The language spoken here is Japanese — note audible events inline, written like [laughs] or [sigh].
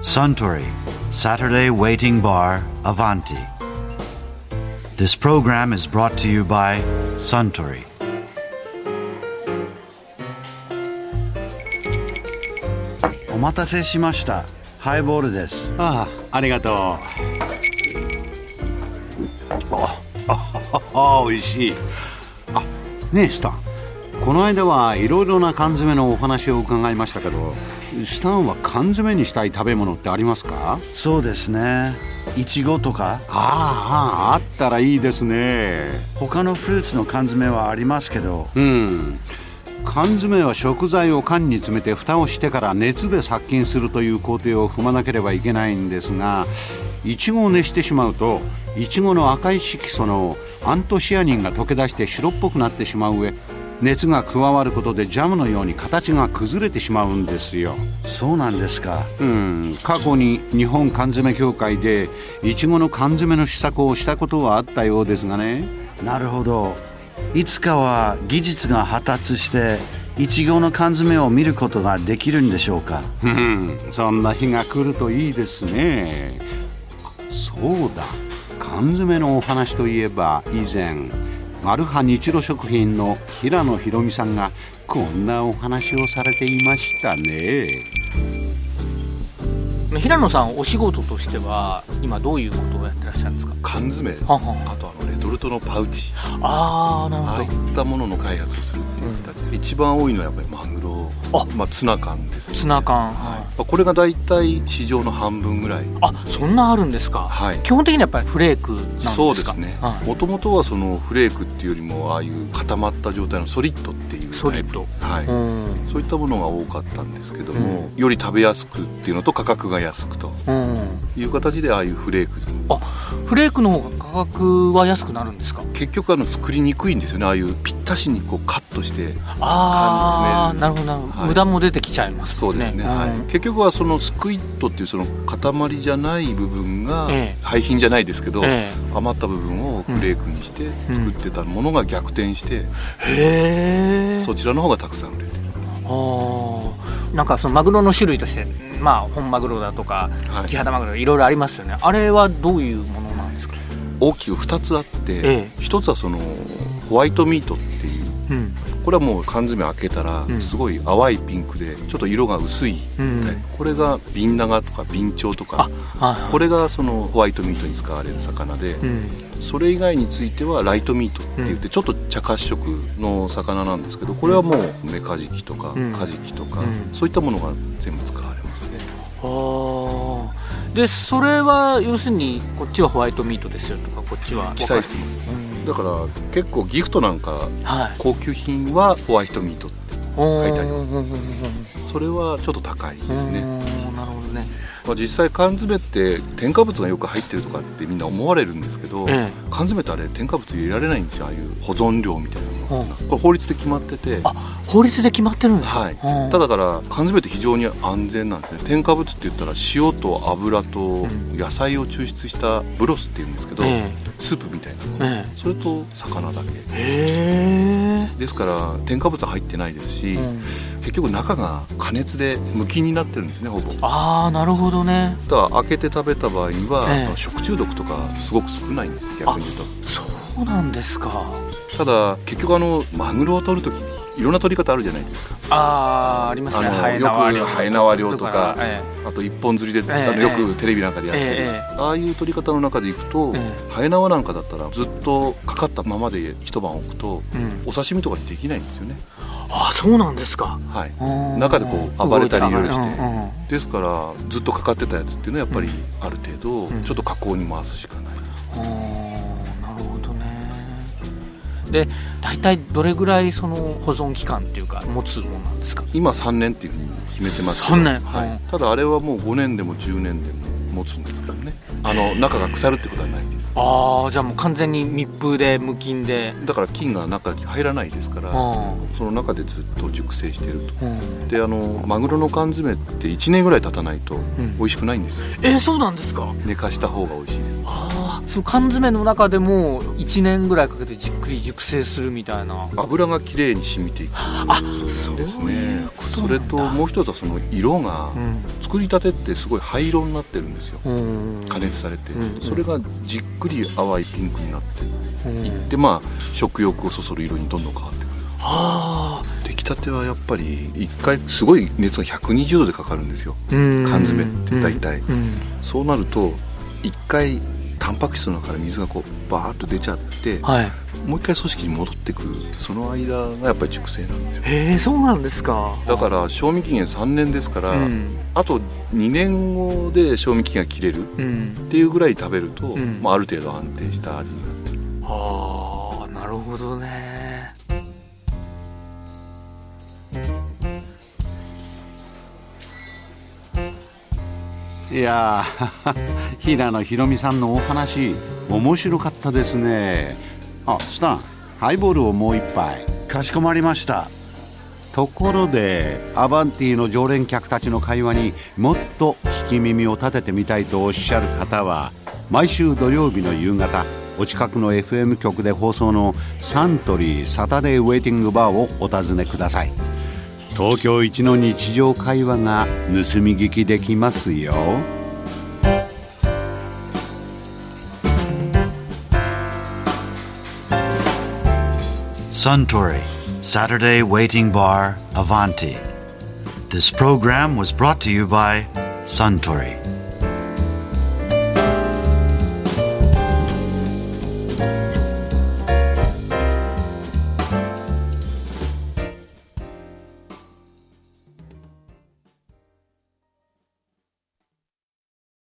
Suntory, Saturday Waiting Bar, Avanti. This program is brought to you by Suntory. お待たせしました。ハイボールです。ああありがとうああ美味しいあねえスタンこの間はいろいろな缶詰のお話を伺いましたけどスタンは缶詰にしたい食べ物ってありますかそうですね。いちごとかあああああったらいいですね他のフルーツの缶詰はありますけど、うん缶詰は食材を缶に詰めて蓋をしてから熱で殺菌するという工程を踏まなければいけないんですがいちごを熱してしまうといちごの赤い色素のアントシアニンが溶け出して白っぽくなってしまう上熱が加わることでジャムのように形が崩れてしまうんですよ。そうなんですか。うん、過去に日本缶詰協会でいちごの缶詰の試作をしたことはあったようですがね。なるほどいつかは技術が発達していちごの缶詰を見ることができるんでしょうかうんそんな日が来るといいですねあそうだ缶詰のお話といえば以前マルハ日露食品の平野博美さんがこんなお話をされていましたね平野さんお仕事としては今どういうことをやってらっしゃるんですか缶詰はんはんあとあのレトルトのパウチああなるああいったものの開発をするっていう形で、一番多いのはやっぱりマグロあまあ、ツナ缶です、ね、ツナ缶はいまあ、これが大体市場の半分ぐらいあそんなあるんですか、はい基本的にはやっぱりフレークなんですかそうですねはいもともとはそのフレークっていうよりもああいう固まった状態のソリッドっていうソタリイップドはい、うんそういったものが多かったんですけども、より食べやすくっていうのと価格が安くとうんいう形でああいうフレークあフレークの方が価格は安くなるんですか結局あの作りにくいんですよねああいうぴったしにこうカットしてああ缶詰なるほどなるほど、はい無駄も出てきちゃいますそもうんですね、んはい、結局はそのスクイットっていうその塊じゃない部分がええ廃品じゃないですけど、え余った部分をフレークにしてうん作ってたものが逆転して、えへえそちらの方がたくさん売れてる、ああなんかそのマグロの種類としてまあ本マグロだとかはいキハダマグロいろいろありますよねあれはどういうものなんですか、大きく2つあって、え1つはそのホワイトミートっていううんこれはもう缶詰開けたらうんすごい淡いピンクでちょっと色が薄いうんタイプ、これがビンナガとかビンチョウとかはいはいこれがそのホワイトミートに使われる魚で、うんそれ以外についてはライトミートって言ってちょっと茶褐色の魚なんですけどこれはもうメカジキとかうんカジキとかうんそういったものが全部使われますねああでそれは要するにこっちはホワイトミートですよとかこっちは記載してますうんだから結構ギフトなんかはい高級品はホワイトミート書いてありますそれはちょっと高いですね、なるほどねまあ、実際缶詰って添加物がよく入ってるとかってみんな思われるんですけど、ええ缶詰ってあれ添加物入れられないんですよああいう保存量みたいなものがうこれ法律で決まってて法律で決まってるんですかはいうんただから缶詰って非常に安全なんですね添加物って言ったら塩と油とん野菜を抽出したブロスっていうんですけど、えスープみたいなええそれと魚だけえへですから添加物は入ってないですし、えうん結局中が加熱で無菌になってるんですねほぼああなるほどねだから開けて食べた場合には、ええあの食中毒とかすごく少ないんです逆に言うとそうなんですかただ結局あのマグロを取る時にいろんな取り方あるじゃないですかああーありますねあのハエナワ漁よくハエナワ漁とかえあと一本釣りで、ええあのよくテレビなんかでやってる、ええああいう取り方の中でいくと、ええハエ縄なんかだったらずっとかかったままで一晩置くとえうんお刺身とかにできないんですよね、あそうなんですかはい、うん中でこう暴れたりいろいろしてうんうんですからずっとかかってたやつっていうのはやっぱりある程うん度ちょっと加工に回すしかない、あーなるほどねで大体どれぐらいその保存期間っていうか持つものなんですか今3年っていうふうに決めてますけど三年はいうんただあれはもう5年でも10年でも持つんですけどねあの中が腐るってことはないですああじゃあもう完全に密封で無菌でだから菌が中に入らないですからうんその中でずっと熟成してるとうんであのマグロの缶詰って1年ぐらい経たないとん美味しくないんですよ、えーそうなんですか寝かした方が美味しいですあその缶詰の中でも1年ぐらいかけてじっくり熟成するみたいな油がきれいに染みていくんですそういうねことそなんだれともう一つはその色がうん作りたてってすごい灰色になってるんですようん加熱されてうんそれがじっくり淡いピンクになってうんでまあ食欲をそそる色にどんどん変わってくるあ出来たてはやっぱり一回すごい熱が120度でかかるんですよあうん缶詰って大体うんそうなると一回タンパク質の中から水がこうバーッと出ちゃってはいもう一回組織に戻ってくるその間がやっぱり熟成なんですよへえそうなんですかだから賞味期限3年ですから、うんあと2年後で賞味期限が切れるっうんていうぐらい食べると、うんまあ、ある程度安定した味になるああなるほどねいやー [laughs] 平野博美さんのお話面白かったですねあスタンハイボールをもう一杯かしこまりましたところでアバンティの常連客たちの会話にもっと聞き耳を立ててみたいとおっしゃる方は毎週土曜日の夕方お近くの FM 局で放送のサントリーサタデーウェイティングバーをお尋ねください東京一の日常会話が盗み聞きできますよ Suntory, Saturday Waiting Bar, Avanti. This program was brought to you by Suntory.